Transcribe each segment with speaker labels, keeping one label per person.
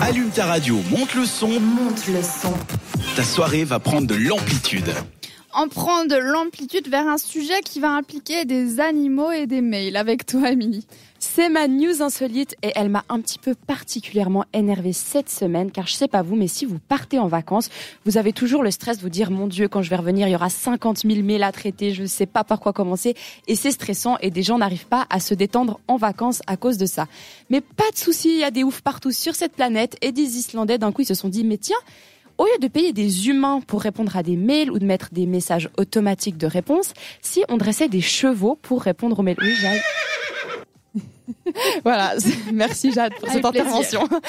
Speaker 1: allume ta radio, monte le son,
Speaker 2: Monte le son.
Speaker 1: ta soirée va prendre de l'amplitude.
Speaker 3: en prend de l'amplitude vers un sujet qui va impliquer des animaux et des mails. Avec toi, Émilie.
Speaker 4: C'est ma news insolite et elle m'a un petit peu particulièrement énervée cette semaine car je sais pas vous mais si vous partez en vacances, vous avez toujours le stress de vous dire mon dieu quand je vais revenir il y aura 50 000 mails à traiter, je sais pas par quoi commencer et c'est stressant et des gens n'arrivent pas à se détendre en vacances à cause de ça. Mais pas de souci, il y a des oufs partout sur cette planète et des Islandais d'un coup ils se sont dit mais tiens au lieu de payer des humains pour répondre à des mails ou de mettre des messages automatiques de réponse, si on dressait des chevaux pour répondre aux mails. Oui, Jade. voilà, c'est- merci Jade pour cette
Speaker 3: Avec plaisir.
Speaker 4: intervention.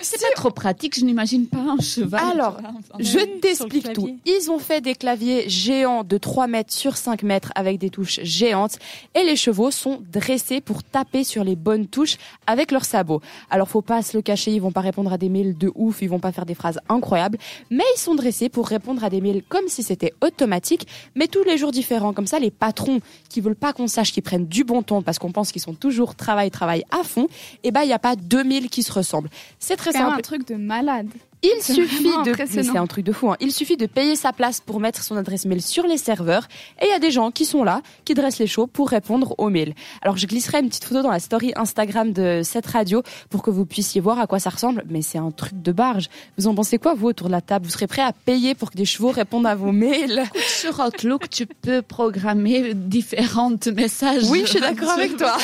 Speaker 5: C'est pas trop pratique, je n'imagine pas un cheval.
Speaker 4: Alors,
Speaker 5: tu vois, enfin,
Speaker 3: Ah
Speaker 4: Je
Speaker 3: bah
Speaker 5: ouais.
Speaker 4: t'explique tout. Ils ont fait des claviers géants de 3 mètres sur 5 mètres avec des touches géantes et les chevaux sont dressés pour taper sur les bonnes touches avec leurs sabots. Alors faut pas se le cacher, ils vont pas répondre à des mails de ouf, ils vont pas faire des phrases incroyables, mais ils sont dressés pour répondre à des mails comme si c'était automatique, mais tous les jours différents. Comme ça, les patrons qui veulent pas qu'on sache qu'ils prennent du bon temps parce qu'on pense qu'ils sont toujours travail, travail à fond, eh ben il y a pas 2000 qui se ressemblent. C'est très
Speaker 3: C'est quand même
Speaker 4: simple.
Speaker 3: un truc de malade.
Speaker 4: Il
Speaker 3: C'est
Speaker 4: suffit
Speaker 3: vraiment
Speaker 4: de mais
Speaker 3: impressionnant.
Speaker 4: c'est un truc de fou. hein. Il suffit de payer sa place pour mettre son adresse mail sur les serveurs et il y a des gens qui sont là qui dressent les shows pour répondre aux mails. Alors je glisserai une petite photo dans la story Instagram de cette radio pour que vous puissiez voir à quoi ça ressemble. Mais c'est un truc de barge. Vous en pensez quoi vous autour de la table Vous serez prêts à payer pour que des chevaux répondent à vos mails
Speaker 5: Sur Outlook, tu peux programmer différentes messages.
Speaker 4: Oui, je suis d'accord avec toi.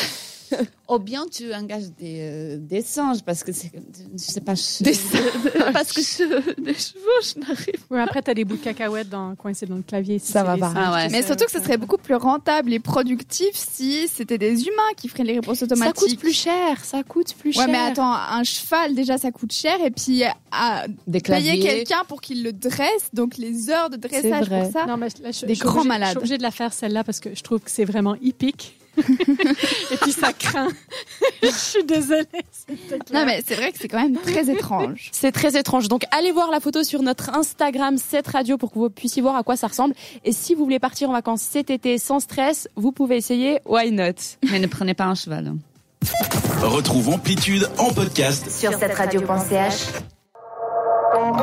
Speaker 5: Ou bien tu engages des, euh, des singes parce que c'est, je sais pas, je-
Speaker 4: Des
Speaker 5: parce que je, des chevaux, je n'arrive.
Speaker 6: Ouais, après, t'as des bouts de cacahuètes dans, coincés dans le clavier. si
Speaker 4: Ça
Speaker 6: c'est
Speaker 4: va
Speaker 6: des
Speaker 4: pas.
Speaker 6: singes
Speaker 5: Ah ouais.
Speaker 6: qui
Speaker 3: Mais
Speaker 6: se-
Speaker 3: surtout que ce serait beaucoup plus rentable et productif si c'était des humains qui feraient les réponses
Speaker 4: Ça
Speaker 3: automatiques.
Speaker 4: coûte plus cher. Ça coûte plus
Speaker 3: Ouais,
Speaker 4: cher.
Speaker 3: mais attends, un cheval, déjà, ça coûte cher. Et puis, à
Speaker 5: Des
Speaker 3: payer quelqu'un pour qu'il le dresse, donc les heures de dressage
Speaker 4: vrai.
Speaker 3: pour ça.
Speaker 6: Non, mais je- là, je,
Speaker 3: Des
Speaker 6: je suis
Speaker 3: grands
Speaker 6: obligée-
Speaker 3: malades.
Speaker 6: Je suis obligée de la faire celle-là parce que je trouve que c'est vraiment hippique. Et puis ça craint. je suis désolée.
Speaker 3: Non, mais c'est vrai que c'est quand même très étrange.
Speaker 4: C'est très étrange. Donc allez voir la photo sur notre Instagram, cette radio, pour que vous puissiez voir à quoi ça ressemble. Et si vous voulez partir en vacances cet été sans stress, vous pouvez essayer Why Not.
Speaker 5: Mais ne prenez pas un cheval.
Speaker 4: hein.
Speaker 1: Retrouve Amplitude en podcast
Speaker 2: Sur cette radio.ch